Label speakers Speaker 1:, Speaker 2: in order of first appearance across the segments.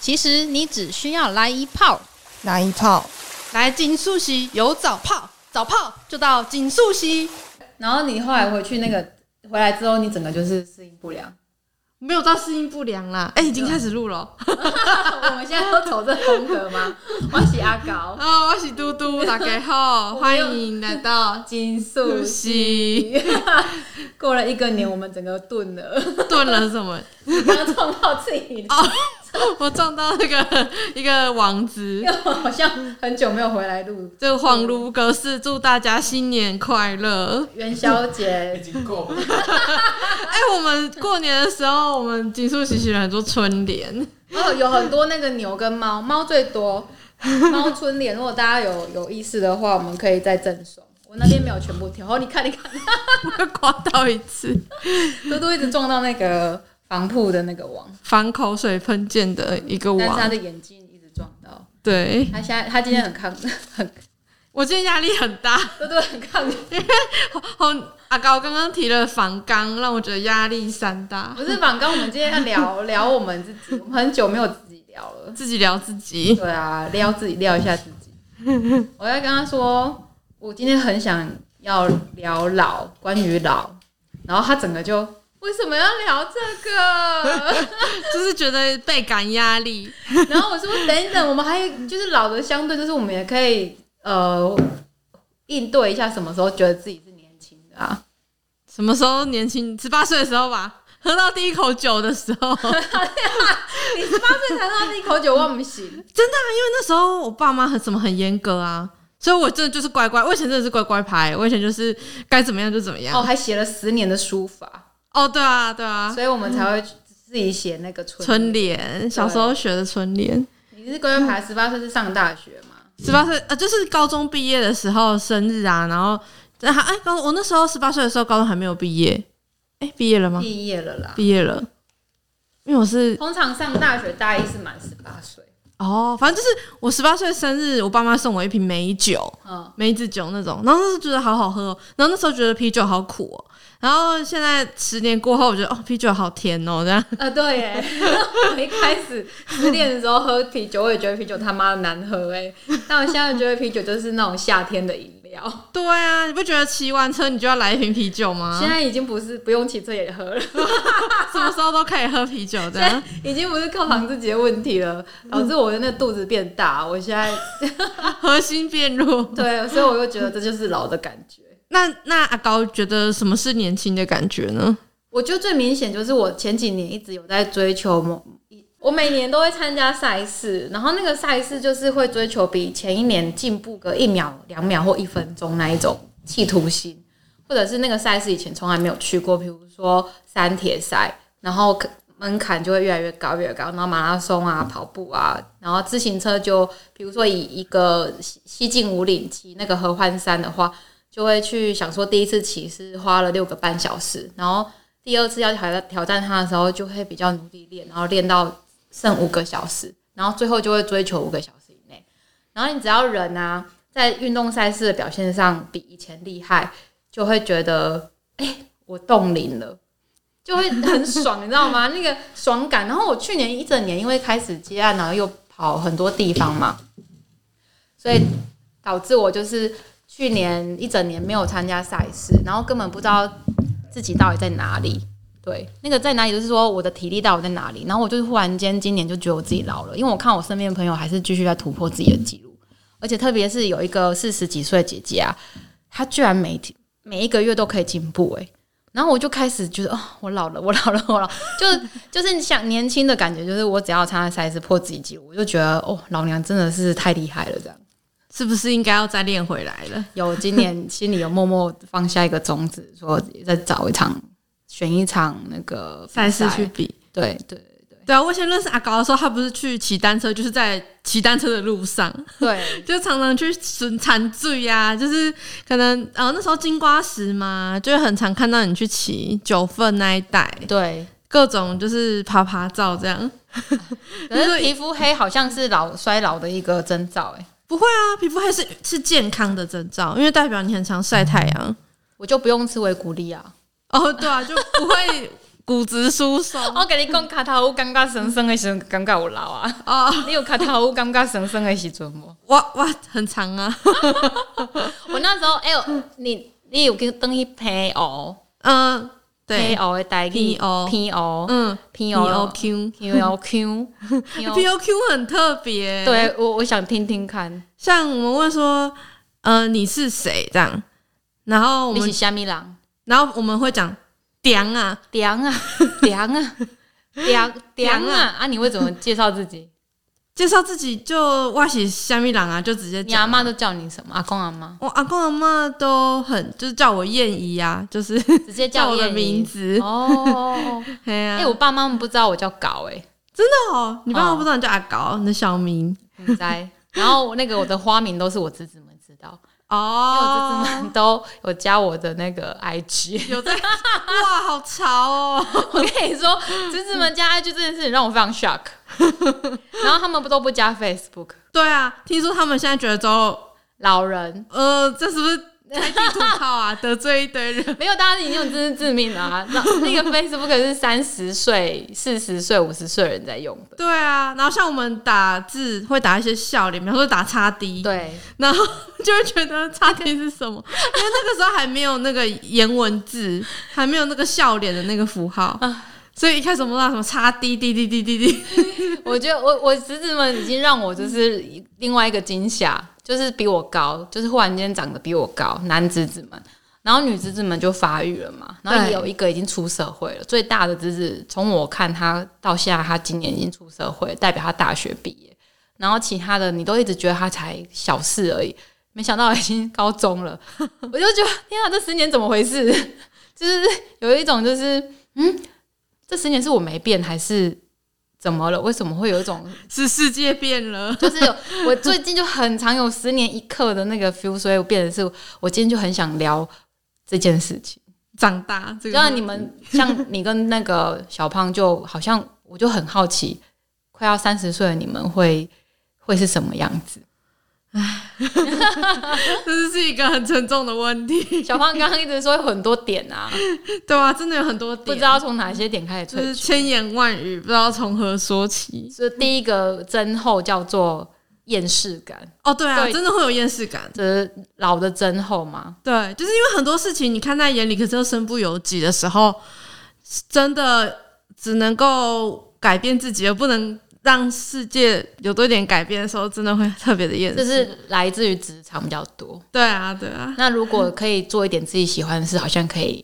Speaker 1: 其实你只需要来一炮。
Speaker 2: 来一炮，
Speaker 3: 来锦树溪有早炮，早炮就到锦树溪。
Speaker 4: 然后你后来回去那个回来之后，你整个就是适应不良。
Speaker 3: 没有到适应不良啦，哎、已经开始录 了
Speaker 4: 我们现在要走这风格吗？ 我是阿高，
Speaker 3: 啊！我是嘟嘟，大家 好，欢迎来到
Speaker 4: 金素
Speaker 3: 西。
Speaker 4: 过了一个年，我们整个顿了，
Speaker 3: 顿了什么？
Speaker 4: 刚刚撞到自己，
Speaker 3: 我撞到那个一个网子
Speaker 4: 因，为我好像很久没有回来录
Speaker 3: 这个恍如隔世，祝大家新年快乐！
Speaker 4: 元宵
Speaker 5: 已
Speaker 4: 节，
Speaker 5: 经够了。
Speaker 3: 哎、我们过年的时候，我们锦树喜喜了很多春联，
Speaker 4: 哦，有很多那个牛跟猫，猫最多，猫春联。如果大家有有意思的话，我们可以再赠送。我那天没有全部挑，哦，你看，你看，
Speaker 3: 我又刮到一次，
Speaker 4: 嘟嘟一直撞到那个防护的那个网，
Speaker 3: 防口水喷溅的一 个
Speaker 4: 但是他
Speaker 3: 网。
Speaker 4: 的眼睛一直撞到。
Speaker 3: 对，
Speaker 4: 他现在他今天很抗，很
Speaker 3: 我今天压力很大。
Speaker 4: 嘟嘟很抗拒，
Speaker 3: 好，阿高刚刚提了反刚，让我觉得压力山大。
Speaker 4: 不是反刚，我们今天要聊聊我们自己，我们很久没有自己聊了。
Speaker 3: 自己聊自己，
Speaker 4: 对啊，撩自己撩一下自己。 我要跟他说，我今天很想要聊老，关于老，然后他整个就为什么要聊这个？
Speaker 3: 就是觉得倍感压力。
Speaker 4: 然后我说等一等，我们还有就是老的相对，就是我们也可以呃应对一下什么时候觉得自己是年轻的啊。
Speaker 3: 什么时候年轻？十八岁的时候吧，喝到第一口酒的时候， 真的啊、
Speaker 4: 你十八岁才喝一口酒，我们行。
Speaker 3: 啊因为那时候我爸妈很什么很严格啊，所以我真的就是乖乖。我以前真的是乖乖牌，我以前就是该怎么样就怎么样。
Speaker 4: 哦，
Speaker 3: 哦，
Speaker 4: 还写了十年的书法。
Speaker 3: 对啊，对啊，
Speaker 4: 所以我们才会自己写那个春
Speaker 3: 春。联，小时候学的春联。
Speaker 4: 你是乖乖牌，十八岁是上大学嘛？
Speaker 3: 十八岁呃，就是高中毕业的时候生日啊，然后然后哎，高我那时候十八岁的时候，高中还没有毕业，哎，毕业了吗？
Speaker 4: 毕业了啦。
Speaker 3: 毕业了，因为我是
Speaker 4: 通常上大学大一是满十八岁，
Speaker 3: 哦，反正就是我十八岁生日，我爸妈送我一瓶美酒，
Speaker 4: 嗯，
Speaker 3: 梅子酒那种，然后那时候觉得好好喝、哦，然后那时候觉得啤酒好苦哦，然后现在十年过后，我觉得哦，啤酒好甜哦，这样
Speaker 4: 呃，对耶， 我一开始失恋的时候喝啤酒，我也觉得啤酒他妈的难喝哎，但我现在觉得啤酒就是那种夏天的饮料，
Speaker 3: 对啊，你不觉得骑完车你就要来一瓶啤酒吗
Speaker 4: 现？在已经不是不用骑车也喝了，
Speaker 3: 什么时候都可以喝啤酒这样
Speaker 4: 现。在已经不是犒赏自己的问题了，导致我的那肚子变大，我现在。
Speaker 3: 核心变弱
Speaker 4: 对，所以我又觉得这就是老的感觉。
Speaker 3: 那那阿高觉得什么是年轻的感觉呢？
Speaker 4: 我觉得最明显就是我前几年一直有在追求某，我每年都会参加赛事，然后那个赛事就是会追求比前一年进步个一秒、两秒或一分钟那一种企图心，或者是那个赛事以前从来没有去过，比如说三铁赛，然后可门槛就会越来越高、越来越高，然后马拉松啊、跑步啊，然后自行车就比如说以一个西西进五岭骑那个合欢山的话。就会去想说，第一次骑是花了六个半小时，然后第二次要挑战挑战它的时候，就会比较努力练，然后练到剩五个小时，然后最后就会追求五个小时以内。然后你只要人啊，在运动赛事的表现上比以前厉害，就会觉得哎、我冻龄了。就会很爽，你知道吗？那个哎爽感。然后我去年一整年，因为开始接案，然后又跑很多地方嘛，所以导致我就是去年一整年没有参加赛事，然后根本不知道自己到底在哪里。对，那个在哪里，就是说我的体力到底在哪里。然后我就是忽然间今年就觉得我自己老了，因为我看我身边的朋友还是继续在突破自己的记录，而且特别是有一个四十几岁的姐姐啊，她居然每天每一个月都可以进步诶、然后我就开始觉得哦，我老了，我老了，我老了， 就就是你想年轻的感觉，就是我只要参加赛事破自己记录，我就觉得哦，老娘真的是太厉害了这样。
Speaker 3: 是不是应该要再练回来了？
Speaker 4: 有今 年心里有默默放下一个种子，说再找一场，选一场那个比
Speaker 3: 赛事去比？
Speaker 4: 对对
Speaker 3: 对啊，我以前认识阿高的时候，他不是去骑单车，就是在骑单车的路上，
Speaker 4: 对，
Speaker 3: 就常常去损残醉呀、啊，就是可能呃那时候金瓜石嘛，就会很常看到你去骑九份那一带，
Speaker 4: 对，
Speaker 3: 各种就是爬爬照这样。
Speaker 4: 可是皮肤黑好像是老衰老的一个征兆哎、
Speaker 3: 不会啊，皮肤黑是是健康的征兆，因为代表你很常晒太阳。
Speaker 4: 我就不用吃维骨力啊，
Speaker 3: 哦，对啊，就不会骨质疏松
Speaker 4: 哦我跟你讲，卡头有感觉酸酸的时阵，感觉有老啊。
Speaker 3: 哦，
Speaker 4: 你有卡头有感觉酸酸的时阵无？
Speaker 3: 哇哇，很长啊，
Speaker 4: 我那时候，哎、呦，你你有跟等去陪哦，
Speaker 3: 嗯，
Speaker 4: 陪
Speaker 3: 对，
Speaker 4: 哦的代
Speaker 3: 偏黑
Speaker 4: 偏哦，
Speaker 3: 嗯
Speaker 4: 偏哦
Speaker 3: ，POQ。
Speaker 4: 偏哦 Q，偏
Speaker 3: P O Q 很特别，，
Speaker 4: 对我我想听听看，
Speaker 3: 像我们问说，呃，你是谁这样，然后我
Speaker 4: 你是
Speaker 3: 们，
Speaker 4: 虾米人？
Speaker 3: 然后我们会讲娘啊，
Speaker 4: 凉 啊，凉啊，凉凉
Speaker 3: 凉
Speaker 4: 啊！
Speaker 3: 啊
Speaker 4: 啊，你会怎么介绍自 己？
Speaker 3: 介绍自己就哇喜虾米郎啊，就直接
Speaker 4: 你阿
Speaker 3: 讲。
Speaker 4: 妈都叫你什么？阿公阿妈
Speaker 3: 我阿公阿妈都很就是叫我燕姨啊，就是
Speaker 4: 直接
Speaker 3: 叫我的
Speaker 4: 燕姨
Speaker 3: 名字。
Speaker 4: 哦。
Speaker 3: 哎呀、
Speaker 4: 哎，我爸妈们不知道我叫搞哎，
Speaker 3: 真的哦，你爸妈不知道你叫阿高，你的小名
Speaker 4: 你猜？然后那个我的花名都是我侄子们知道，因为我
Speaker 3: 哦
Speaker 4: 侄子们都有加我的那个 IG。
Speaker 3: 有在哇，好潮哦！
Speaker 4: 我跟你说，侄子们加 IG 这件事情让我非常 shock。然后他们不都不加 Facebook，
Speaker 3: 对啊，听说他们现在觉得说，
Speaker 4: 老人
Speaker 3: 呃，这是不是开地图炮啊，得罪一堆人？
Speaker 4: 没有，大家已经有真是致命的啊！那那个 Facebook 是三十岁、四十岁、五十岁人在用的。
Speaker 3: 对啊，然后像我们打字会打一些笑脸，比方说打叉 D，
Speaker 4: 对，
Speaker 3: 然后就会觉得差点是什么，因为那个时候还没有那个颜文字，还没有那个笑脸的那个符号，
Speaker 4: 啊
Speaker 3: 所以一开始我们都打什么叉滴滴滴滴滴滴，
Speaker 4: 我觉得我我侄子们已经让我就是另外一个惊吓，就是比我高，就是忽然间长得比我高，男侄子们，然后女侄子们就发育了嘛，然后也
Speaker 3: 对
Speaker 4: 有一个已经出社会了，最大的侄子从我看他到现在，他今年已经出社会，代表他大学毕业，然后其他的你都一直觉得他才小事而已，没想到已经高中了，我就觉得天啊，这十年怎么回事？就是有一种就是嗯，这十年是我没变还是？怎么了？为什么会有一种
Speaker 3: 是世界变了，
Speaker 4: 就是有我最近就很常有十年一刻的那个 feel，所以我变成是我今天就很想聊这件事情。
Speaker 3: 长大这
Speaker 4: 就
Speaker 3: 个
Speaker 4: 像你们，像你跟那个小胖，就好像我就很好奇，快要三十岁的你们会会是什么样 子？
Speaker 3: 这是一个很沉重的问题，
Speaker 4: 小胖刚刚一直说有很多点啊，
Speaker 3: 对啊，真的有很多点，
Speaker 4: 不知道从哪些点开始
Speaker 3: 就是
Speaker 4: 萃取。
Speaker 3: 千言万语，不知道从何说起。
Speaker 4: 所以第一个增厚叫做厌世感，
Speaker 3: 哦，对啊，
Speaker 4: 对
Speaker 3: 真的会有厌世感，
Speaker 4: 这是老的增厚吗？
Speaker 3: 对，就是因为很多事情你看在眼里，可是又身不由己的时候，真的只能够改变自己，而不能让世界有多一点改变的时候，真的会特别的厌
Speaker 4: 这
Speaker 3: 世。
Speaker 4: 是来自于职场比较多。
Speaker 3: 对啊，对 啊，
Speaker 4: 那如果可以做一点自己喜欢的事，好像可以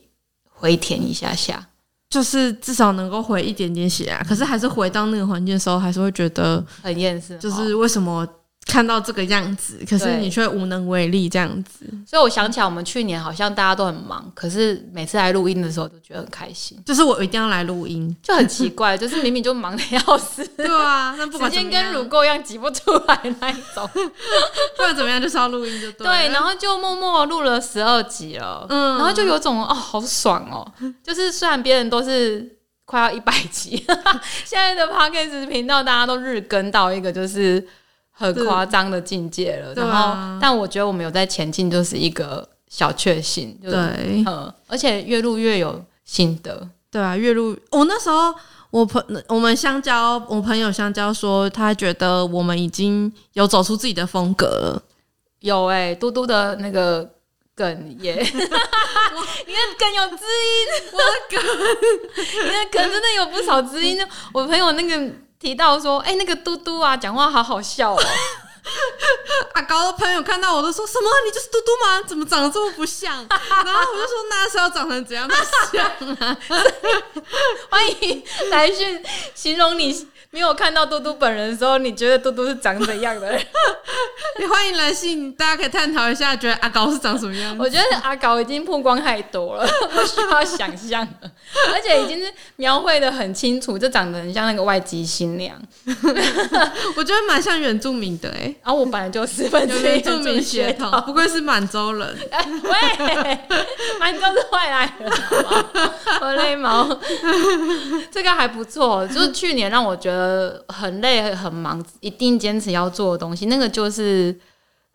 Speaker 4: 回填一下下。
Speaker 3: 就是至少能够回一点点血啊。可是还是回到那个环境的时候，还是会觉得，
Speaker 4: 很厌世，
Speaker 3: 就
Speaker 4: 哦
Speaker 3: 是为什么看到这个样子，可是
Speaker 4: 对
Speaker 3: 你却无能为力这样子。
Speaker 4: 所以我想起来，我们去年好像大家都很忙，可是每次来录音的时候都觉得很开心，，
Speaker 3: 就是我一定要来录音
Speaker 4: 就很奇 怪，就是明明就忙的要死，
Speaker 3: 对啊，那 不
Speaker 4: 时
Speaker 3: 管怎
Speaker 4: 间跟
Speaker 3: 么
Speaker 4: 乳
Speaker 3: 样，
Speaker 4: 沟一样挤不出来那一种。
Speaker 3: 不管怎么样就是要录音就对了。
Speaker 4: 对，然后就默默录了十二集了，
Speaker 3: 嗯
Speaker 4: 然后就有种哦，好爽哦，就是虽然别人都是快要一百集，现在的 podcast 频道大家都日更到一个就是很夸张的境界了，
Speaker 3: 对
Speaker 4: 然
Speaker 3: 啊
Speaker 4: 后但我觉得我们有在前进，就是一个小确幸，就是
Speaker 3: 对，
Speaker 4: 嗯，而且越录越有心得，
Speaker 3: 对啊，月入我那时候我朋我们香蕉，我朋友香蕉说，他觉得我们已经有走出自己的风格了。
Speaker 4: 有哎、嘟嘟的那个。梗 耶，你看梗有知音，我的梗，你的梗真的有不少知音。我朋友那个提到说，哎、那个嘟嘟啊，讲话好好笑 哦。
Speaker 3: 阿高的朋友看到我都说什么？你就是嘟嘟吗？怎么长得这么不像？ 然后我就说那时候长成怎样不像啊？
Speaker 4: 欢迎来讯形容你没有看到嘟嘟本人的时候，你觉得嘟嘟是长怎样的人？
Speaker 3: 也欢迎来信，大家可以探讨一下，觉得阿高是长什么样
Speaker 4: 我
Speaker 3: 子？
Speaker 4: 觉得阿搞已经曝光太多 了，不需要想象了，而且已经是描绘的很清楚，就长得很像那个外籍新娘。
Speaker 3: 我觉得蛮像原住民的哎、
Speaker 4: 啊然后我本来就十分
Speaker 3: 有
Speaker 4: 之一
Speaker 3: 原住民血统，不愧是满洲人。
Speaker 4: 哎 喂，满洲是外来人，好不好我累毛，这个还不错。就是去年让我觉得很累、很忙，一定坚持要做的东西，那个就是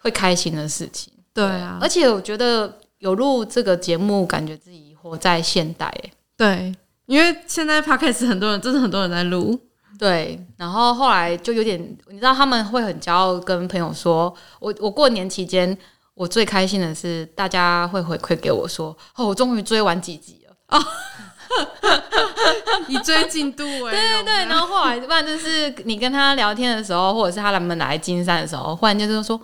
Speaker 4: 会开心的事情。
Speaker 3: 对啊
Speaker 4: 而，且我觉得有录这个节目，感觉自己活在现代、哎
Speaker 3: 对，因为现在 podcast 很多人，真的很多人在录，
Speaker 4: 对，然后后来就有点，你知道他们会很骄傲，跟朋友说，我我过年期间我最开心的是大家会回馈给我说，哦，我终于追完几集了。
Speaker 3: 以追进度
Speaker 4: 对
Speaker 3: 为啊
Speaker 4: 对对，然后后来不然就是你跟他聊天的时候，或者是他们来金山的时候，忽然间就是说。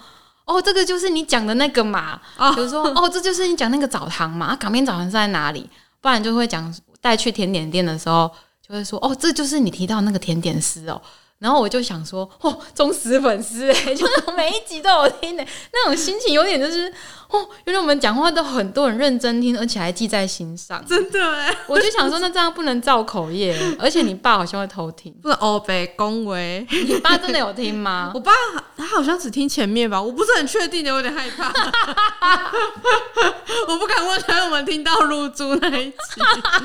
Speaker 4: 哦，这个就是你讲的那个嘛，
Speaker 3: 哦
Speaker 4: 比如说，哦，这就是你讲那个澡堂嘛，啊港边澡堂是在哪里？不然就会讲带去甜点店的时候，就会说，哦，这就是你提到那个甜点师哦。然后我就想说，哦，忠实粉丝哎、 就是我每一集都有听的、欸那种心情有点就是，哦，原来我们讲话都很多人认真听，而且还记在心上。
Speaker 3: 真的哎、
Speaker 4: 我就想说，那这样不能造口业，而且你爸好像会偷听。
Speaker 3: 不能欧北恭维。
Speaker 4: 你爸真的有听吗？
Speaker 3: 我爸他好像只听前面吧，我不是很确定，有点害怕， 我不敢问他有没有听到入住那一集，因为他之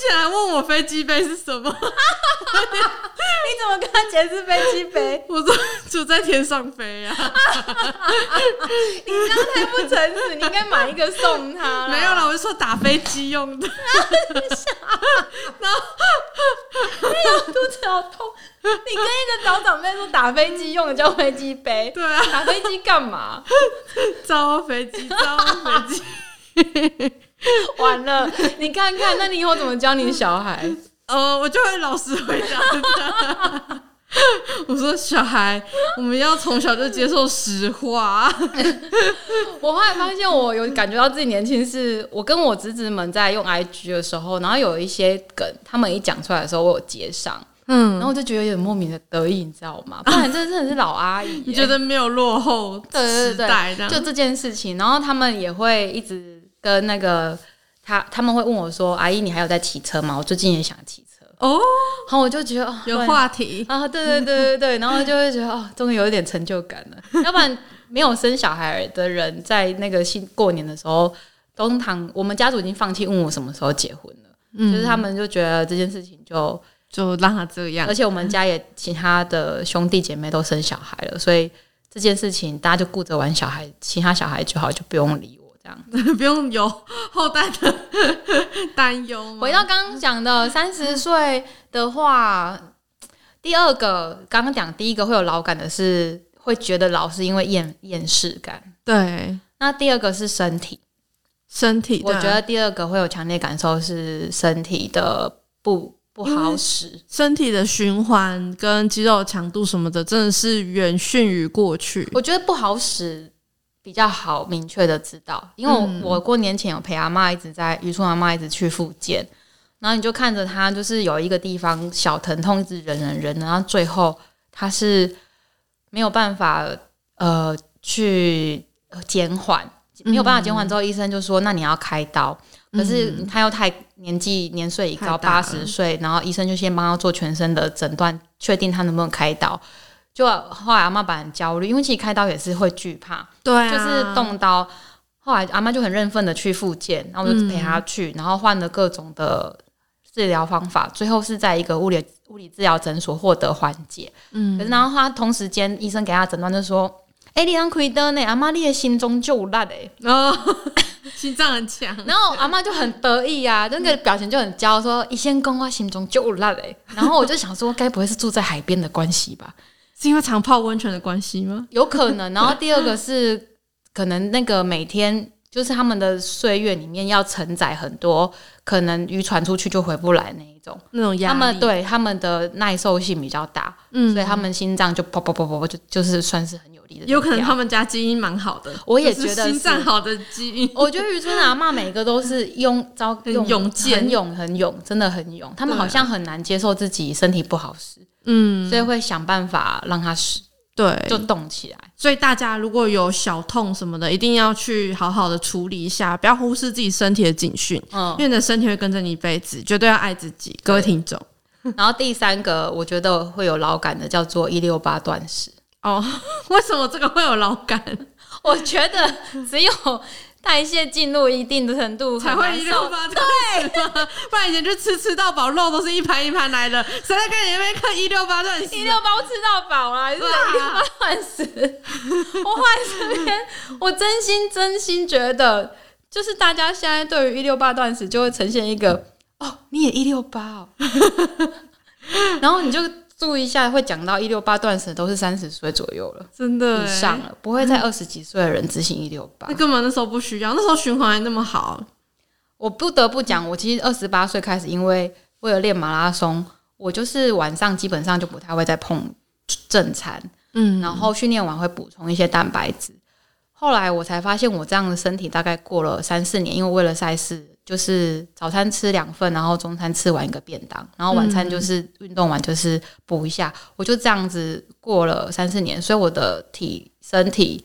Speaker 3: 前还问我飞机杯是什么，
Speaker 4: 你怎么跟他解释飞机杯？
Speaker 3: 我说就在天上飞啊，
Speaker 4: 你这样太不诚实，你应该买一个送他。
Speaker 3: 没有啦，，我是说打飞机用 的，
Speaker 4: 肚子好痛。你跟一个老长辈说打飞机用的叫飞机杯，
Speaker 3: 对啊，
Speaker 4: 打飞机干嘛？
Speaker 3: 造飞机，造飞机。
Speaker 4: 完了，你看看，那你以后怎么教你小孩？
Speaker 3: 呃，我就会老实回答他。我说小孩，我们要从小就接受实话。
Speaker 4: 我后来发现，我有感觉到自己年轻是，我跟我侄子们在用 IG 的时候，然后有一些梗，他们一讲出来的时候，我有接上，然
Speaker 3: 嗯，
Speaker 4: 后我就觉得有点莫名的得意，你知道吗？不 然这真的是老阿姨耶、
Speaker 3: 你觉得没有落后
Speaker 4: 对
Speaker 3: 时
Speaker 4: 对
Speaker 3: 代
Speaker 4: 对
Speaker 3: 这
Speaker 4: 对，就
Speaker 3: 样？
Speaker 4: 这件事情，然后他们也会一直跟那个他，他们会问我说：“阿姨，你还有在骑车吗？我最近也想骑车。
Speaker 3: 哦，”
Speaker 4: 然后我就觉得哦
Speaker 3: 有
Speaker 4: 对
Speaker 3: 话 题。
Speaker 4: 啊，对对对对对，然后就会觉得哦，终于有一点成就感了。要不然没有生小孩的人，在那个新过年的时候，东堂我们家族已经放弃问我什么时候结婚了，
Speaker 3: 嗯
Speaker 4: 就是他们就觉得这件事情就，
Speaker 3: 就让他这样
Speaker 4: 而，且我们家也其他的兄弟姐妹都生小孩了，所以这件事情大家就顾着玩小孩，其他小孩就好，就不用理我这样。
Speaker 3: 呃不用有后代的 担忧吗
Speaker 4: 回到刚刚讲
Speaker 3: 嗯
Speaker 4: 的三十岁的话，第二个刚刚讲第一个会有老感的是会觉得老是因为厌厌世感，
Speaker 3: 对
Speaker 4: 那第二个是身体，
Speaker 3: 身体，
Speaker 4: 我
Speaker 3: 对啊
Speaker 4: 觉得第二个会有强烈感受是身体的不不好使。
Speaker 3: 身体的循环跟肌肉强度什么的，真的是远逊于过去。
Speaker 4: 我觉得不好使比较好明确的知道，因为我,、我过年前有陪阿妈一直在渔村阿妈一直去复健，然后你就看着她就是有一个地方小疼痛一直忍忍忍，然后最后她是没有办法呃去呃减缓，没有办法减缓之后，医生就说那你要开刀。可是她又太年纪年岁已高，
Speaker 3: 嗯太大
Speaker 4: 八
Speaker 3: 了
Speaker 4: 十岁，然后医生就先帮她做全身的诊断，确定她能不能开刀。就后来阿妈把很焦虑，因为其实开刀也是会惧怕，
Speaker 3: 对啊，
Speaker 4: 就是动刀。后来阿妈就很认份的去复健，然后我就陪她去，
Speaker 3: 嗯
Speaker 4: 然后换了各种的治疗方法，最后是在一个物理物理治疗诊所获得缓解。
Speaker 3: 嗯
Speaker 4: 可是然后她同时间医生给她诊断就说：“哎、你很亏的呢，阿妈你的心中就烂哎。
Speaker 3: 哦，心脏很强”，
Speaker 4: 然后阿妈就很得意啊，那个表情就很骄傲，说：“医生跟我心中就烂 哎。”然后我就想说，该不会是住在海边的关系吧？
Speaker 3: 是因为常泡温泉的关系吗？
Speaker 4: 有可能。然后第二个是， 可能那个每天就是他们的岁月里面要承载很多，可能渔船出去就回不来那一种。
Speaker 3: 那种压
Speaker 4: 他
Speaker 3: 力，
Speaker 4: 们，对他们的耐受性比较大，
Speaker 3: 嗯
Speaker 4: 所以他们心脏就砰砰砰砰砰就就是算是很有力的。
Speaker 3: 有可能他。们家基因蛮好的，
Speaker 4: 我也
Speaker 3: 就是
Speaker 4: 觉得是
Speaker 3: 心脏好的基因，
Speaker 4: 我觉得渔村的阿嬷每个都是用招
Speaker 3: 很勇健
Speaker 4: 很勇很勇，真的很勇。他们
Speaker 3: 对啊
Speaker 4: 好像很难接受自己身体不好时，
Speaker 3: 嗯，
Speaker 4: 所以会想办法让他使
Speaker 3: 对，
Speaker 4: 就动起来。
Speaker 3: 所以大家如果有小痛什么的，一定要去好好的处理一下，不要忽视自己身体的警讯，
Speaker 4: 嗯
Speaker 3: 因，为你的身体会跟着你一辈子，绝对要爱自己，各位听众。
Speaker 4: 然后第三个，我觉得会有老感的叫做一六八断食。
Speaker 3: 哦， 为什么这个会有老感？
Speaker 4: 我觉得只有代谢进入一定的程度
Speaker 3: 才会一
Speaker 4: 八。
Speaker 3: 六八断食吗？不然以前就吃吃到饱，肉都是一盘一盘来的，谁在跟你那边看一六八断食啊？
Speaker 4: 一六八吃到饱啦，就是
Speaker 3: 啊
Speaker 4: 一六八断食。我后来这边，我真心真心觉得，就是大家现在对于一六八断食就会呈现一个哦，你也一六八哦， 然后你就注意一下，会讲到一六八断舍都是三十岁左右了。
Speaker 3: 真
Speaker 4: 以
Speaker 3: 的欸
Speaker 4: 上了，不会在二十几岁的人执行一六八
Speaker 3: 那。根本那时候不需要，那时候循环还那么好，
Speaker 4: 我不得不讲，我其实二十八岁开始，因为为了练马拉松，我就是晚上基本上就不太会再碰正餐，
Speaker 3: 嗯，
Speaker 4: 然后训练完会补充一些蛋白质。后来我才发现，我这样的身体大概过了三四年，因为为了赛事，就是早餐吃两份，然后中餐吃完一个便当，然后晚餐就是运动完就是补一下，我就这样子过了三四年，所以我的体身体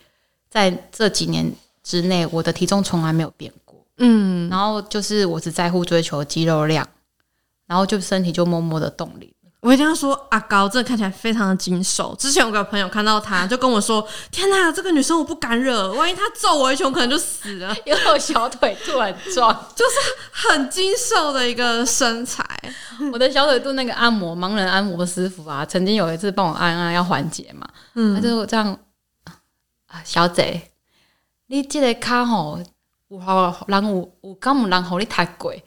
Speaker 4: 在这几年之内，我的体重从来没有变过。
Speaker 3: 嗯，
Speaker 4: 然后就是我只在乎追求肌肉量，然后就身体就默默的动力。
Speaker 3: 我一定要说，阿高这看起来非常的精瘦。之前有个朋友看到她，就跟我说：“天哪，这个女生我不敢惹，万一她揍我一拳，我可能就死 了。
Speaker 4: 因为我小腿肚很壮，”
Speaker 3: 很精瘦的一个身材，
Speaker 4: 我的小腿肚那个按摩盲人按摩师傅啊，曾经有一次帮我按按要缓解嘛，他
Speaker 3: 嗯，
Speaker 4: 就这样啊，小姐，你这个卡吼有好人有有敢有人吼你太鬼，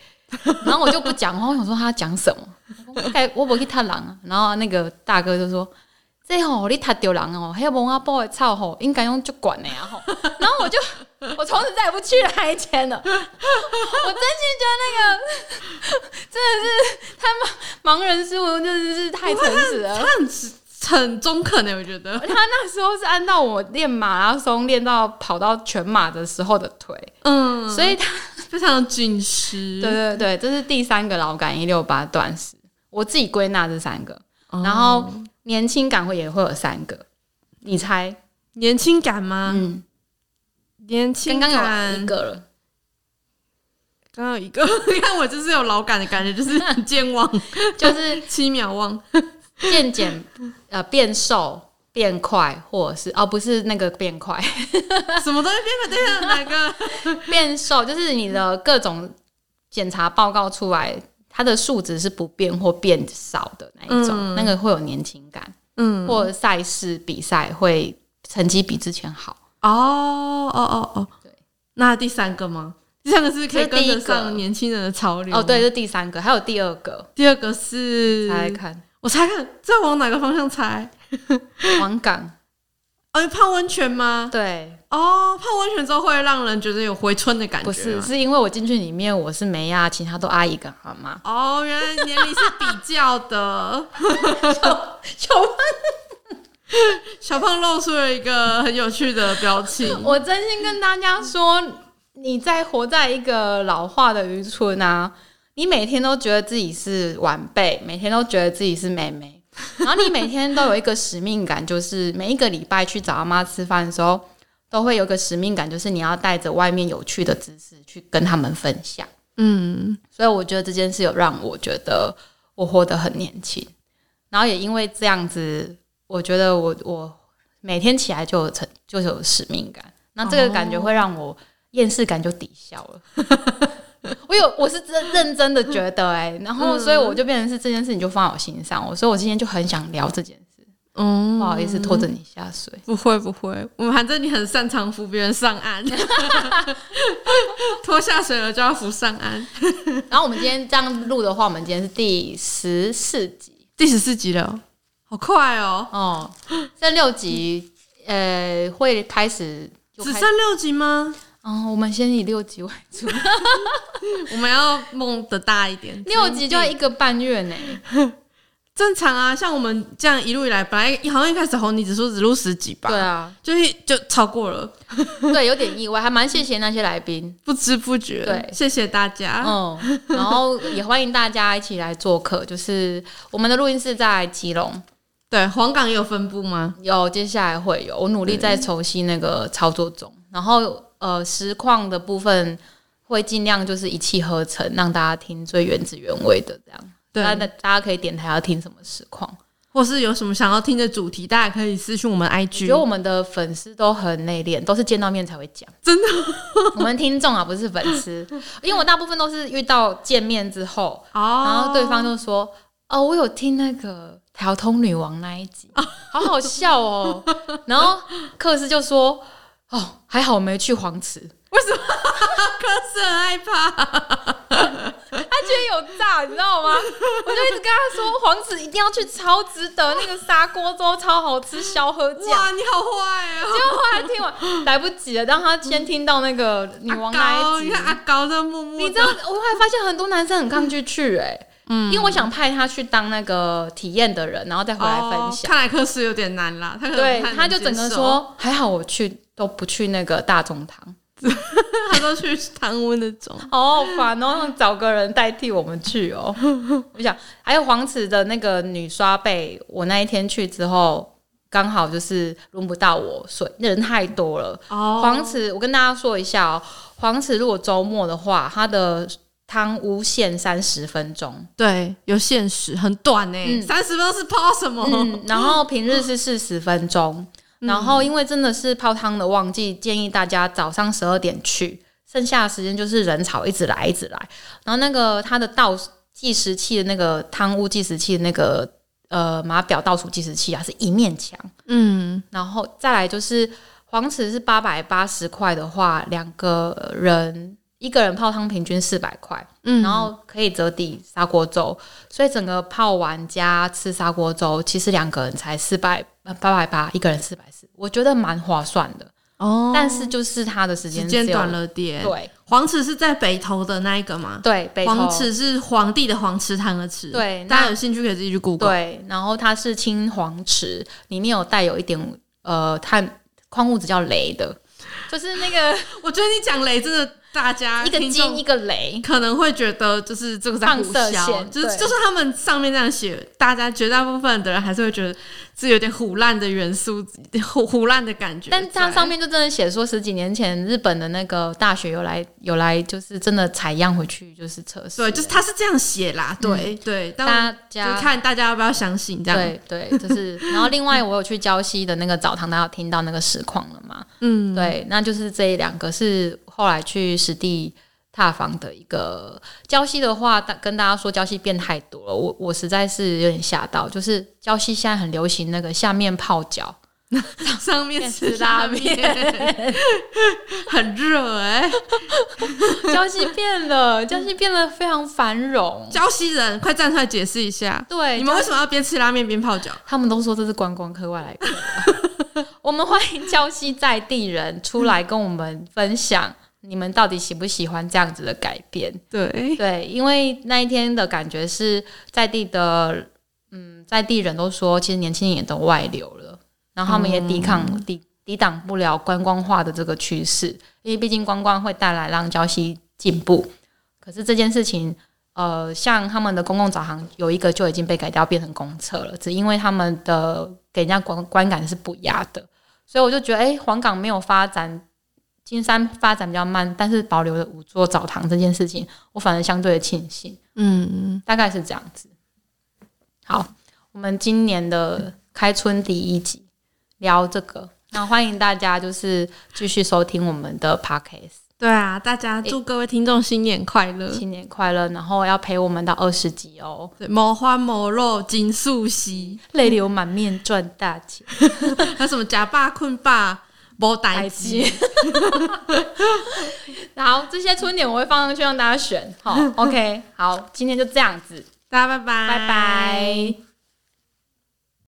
Speaker 4: 然后我就不讲话，我想说他讲什么，我说我该我不去踢人啊，然后那个大哥就说。这吼你踢丢人哦，还有蒙阿波的操吼，应该用就管的啊呀吼。然后我就， 我从此再也不去那一间了。我 真心觉得那个真的是他盲盲人师傅真的是太诚实了。
Speaker 3: 她很直很中肯的，我觉得，
Speaker 4: 他那时候是按照我练马拉松练到跑到全马的时候的腿，
Speaker 3: 嗯，
Speaker 4: 所以他
Speaker 3: 非常的紧实。
Speaker 4: 对对对，这是第三个老感一六八断食，我自己归纳这三个，
Speaker 3: 哦，
Speaker 4: 然后年轻感会也会有三个，你猜？
Speaker 3: 年轻感吗？
Speaker 4: 嗯，
Speaker 3: 年轻
Speaker 4: 刚
Speaker 3: 感
Speaker 4: 刚有一，个了，
Speaker 3: 刚刚有一个， 你看我就是有老感的感觉，就是很健忘，
Speaker 4: 就是
Speaker 3: 七秒忘。
Speaker 4: 渐减呃变瘦。变快，或者是哦，不是那个变快，
Speaker 3: 什么东西变得变得哪 个？
Speaker 4: 变瘦就是你的各种检查报告出来，它的数值是不变或变少的那一种，
Speaker 3: 嗯
Speaker 4: 那个会有年轻感。
Speaker 3: 嗯，
Speaker 4: 或者赛事比赛会成绩比之前好。
Speaker 3: 哦哦哦哦，
Speaker 4: 对。
Speaker 3: 那第三个吗？第三个是可以
Speaker 4: 这
Speaker 3: 跟得
Speaker 4: 是第一个
Speaker 3: 上年轻人的潮流。
Speaker 4: 哦，对，。这是第三个，还有第二个，
Speaker 3: 第二个是，
Speaker 4: 猜猜看，
Speaker 3: 我猜看，这往哪个方向猜？
Speaker 4: 王港，
Speaker 3: 哦，泡温泉吗？
Speaker 4: 对，
Speaker 3: 哦，泡温泉之后会让人觉得有回春的感觉。，
Speaker 4: 不是，。是因为我进去里面我是梅亚，其他都阿姨跟阿 妈
Speaker 3: 哦，原来年龄是比较的。
Speaker 4: 就
Speaker 3: 小胖露出了一个很有趣的 表情。
Speaker 4: 我真心跟大家说，你在活在一个老化的渔村啊，你每天都觉得自己是晚辈，每天都觉得自己是妹妹，然后你每天都有一个使命感，就是每一个礼拜去找阿妈吃饭的时候，都会有一个使命感，就是你要带着外面有趣的知识去跟他们分享。
Speaker 3: 嗯，
Speaker 4: 所以我觉得这件事有让我觉得我活得很年轻，然后也因为这样子，我觉得我我每天起来就有成就有使命感，那这个感觉会让我厌世感就抵消了。 我有，我是真认真的觉得哎、然后所以我就变成是这件事，你就放在我心上。我所以我今天就很想聊这件事，
Speaker 3: 哦，
Speaker 4: 不好意思拖着你下水。
Speaker 3: 不会不会，我们反正你很擅长扶别人上 岸， 拖下水了就要扶上岸。
Speaker 4: 然后我们今天这样录的话，我们今天是第十四集，
Speaker 3: 第十四集了，好快哦！
Speaker 4: 哦，这六集呃会开始就
Speaker 3: 只
Speaker 4: 开
Speaker 3: 剩
Speaker 4: 始
Speaker 3: 六 集吗？
Speaker 4: 哦，我们先以六集为主，
Speaker 3: 我们要梦的大一点，
Speaker 4: 六集就要一个半月呢。
Speaker 3: 正常啊。像我们这样一路以来，本来好像一开始红你只说只录十集吧，
Speaker 4: 对，啊，
Speaker 3: 就是就超过了，
Speaker 4: 对，有点意外，还蛮谢谢那些来宾，
Speaker 3: 不知不觉。
Speaker 4: 对
Speaker 3: 谢谢大家。
Speaker 4: 嗯，然后也欢迎大家一起来做客， 就是我们的录音室在基隆，
Speaker 3: 对，黄冈也有分布吗？
Speaker 4: 有接下来会有，我努力在熟悉那个操作中，然后呃实况的部分会尽量就是一气呵成，让大家听最原汁原味的这样。
Speaker 3: 对
Speaker 4: 大家大家可以点台要听什么实况。
Speaker 3: 或是有什么想要听的主题，大家也可以私讯我们
Speaker 4: 我觉得我
Speaker 3: IG。
Speaker 4: 们的粉丝都很内敛，都是见到面才会讲。
Speaker 3: 真
Speaker 4: 的，我们听众啊，不是粉丝，因为我大部分都是遇到见面之后，
Speaker 3: 哦，
Speaker 4: 然啊后对方就说：“哦，我有听那个调通女王那一集，好好笑 哦。”然后克斯就说：“哦，还好我没去黄池。”
Speaker 3: 可是很害怕，
Speaker 4: 他觉得有炸，你知道吗？我就一直跟他说，黄子一定要去超值得，那个砂锅粥超好吃，小河酱。
Speaker 3: 哇，你好坏哦！
Speaker 4: 结果后来听完来不及了，让他先听到那个女王那
Speaker 3: 高，
Speaker 4: 一
Speaker 3: 你
Speaker 4: 集，
Speaker 3: 看阿高在默默，
Speaker 4: 你知道，啊我后来发现很多男生很抗拒去、哎，
Speaker 3: 嗯
Speaker 4: 因为我想派他去当那个体验的人，然后再回来分
Speaker 3: 哦
Speaker 4: 享。
Speaker 3: 看来课是有点难啦， 他可能
Speaker 4: 对
Speaker 3: 不太，能
Speaker 4: 他就整个
Speaker 3: 接受，
Speaker 4: 说，还好我去都不去那个大众堂，
Speaker 3: 他都去贪污那种。
Speaker 4: 好好烦哦，找个人代替我们去哦。 我想，还有黄池的那个女刷背，我那一天去之后，刚好就是轮不到我，所以人太多了。
Speaker 3: 哦
Speaker 4: 黄池，我跟大家说一下哦，黄池如果周末的话，它的汤无限三十分钟。
Speaker 3: 对有限时，很短呢，
Speaker 4: 嗯
Speaker 3: 三十分钟是泡什么？嗯
Speaker 4: 嗯，然后平日是四十分钟，然后因为真的是泡汤的旺季，建议大家早上十二点去，剩下的时间就是人潮一直来一直来。然后那个它的倒计时器的那个汤屋计时器的那个呃码表倒数计时器啊，是一面墙。
Speaker 3: 嗯，
Speaker 4: 然后再来就是黄池是八百八十块的话，两个人一个人泡汤平均四百块，
Speaker 3: 嗯
Speaker 4: 然后可以折抵砂锅粥，所以整个泡完加吃砂锅粥，其实两个人才四百呃八百八，一个人四百四，我觉得蛮划算的。
Speaker 3: 哦，
Speaker 4: 但是就是它的时间
Speaker 3: 时间
Speaker 4: 只有
Speaker 3: 短，了点。，
Speaker 4: 对
Speaker 3: 黄池是在北投的那一个嘛？
Speaker 4: 对，北投
Speaker 3: 黄池是皇帝的皇池堂的池。
Speaker 4: 对
Speaker 3: 大
Speaker 4: 那
Speaker 3: 家有兴趣可以自己去 Google。
Speaker 4: 对，然后它是青黄池，里面有带有一点呃碳矿物质叫雷的，就是那 个
Speaker 3: 我觉得你讲雷真的，大家
Speaker 4: 一个
Speaker 3: 啊听
Speaker 4: 金
Speaker 3: 众
Speaker 4: 一个雷，
Speaker 3: 可能会觉得就是这个在
Speaker 4: 放
Speaker 3: 胡
Speaker 4: 射
Speaker 3: 笑，
Speaker 4: 线
Speaker 3: 就是
Speaker 4: 对
Speaker 3: 就算他们上面这样写，大家绝大部分的人还是会觉得是有点胡烂的元素，胡胡烂的感觉在。
Speaker 4: 但它上面就真的写说，十几年前日本的那个大学有来有来，就是真的采样回去就是测试，
Speaker 3: 对，就是他是这样写啦，对、对，但
Speaker 4: 嗯大
Speaker 3: 就
Speaker 4: 家。
Speaker 3: 看大家要不要相信这样。
Speaker 4: 啊对对，就是，然后另外我有去礁溪的那个澡堂，大家有听到那个实况了嘛？
Speaker 3: 嗯，
Speaker 4: 对，那就是这两个是后来去实地踏访的一个礁溪的话，大跟大家说礁溪变太多了，我我实在是有点吓到，就是礁溪现在很流行那个下面泡脚，
Speaker 3: 上面吃
Speaker 4: 吃拉
Speaker 3: 拉面， 很热哎、
Speaker 4: 礁溪变了，礁溪变得非常繁荣，
Speaker 3: 礁西人，快站出来解释一下，
Speaker 4: 对，
Speaker 3: 你们为什么要边吃拉面边泡脚？
Speaker 4: 他们都说这是观光客外来客 了。我们欢迎礁溪在地人出来跟我们分享，你们到底喜不喜欢这样子的改变？
Speaker 3: 对，
Speaker 4: 对，因为那一天的感觉是在地的，嗯，在地人都说，其实年轻人也都外流了，然后他们也抵抗、抵抵挡不了观光化的这个趋势，因为毕竟观光会带来让礁溪进步。可是这件事情，呃，像他们的公共澡堂有一个就已经被改掉变成公厕了，只因为他们的给人家观观感是不一样的，所以我就觉得，哎、黄冈没有发展。金山发展比较慢，但是保留了五座澡堂这件事情，我反而相对的庆幸，
Speaker 3: 嗯，
Speaker 4: 大概是这样子。好，我们今年的开春第一集聊这个，那欢迎大家就是继续收听我们的 podcast，
Speaker 3: 对啊，大家祝各位听众新年快乐。
Speaker 4: 新年快乐，然后要陪我们到二十集哦，
Speaker 3: 对，某花某肉金素溪，
Speaker 4: 泪流满面赚大钱，
Speaker 3: 还有什么假爸困爸无代志，。
Speaker 4: 然后这些春点我会放上去让大家选，好，OK，好，今天就这样子，
Speaker 3: 大家拜拜，
Speaker 4: 拜拜。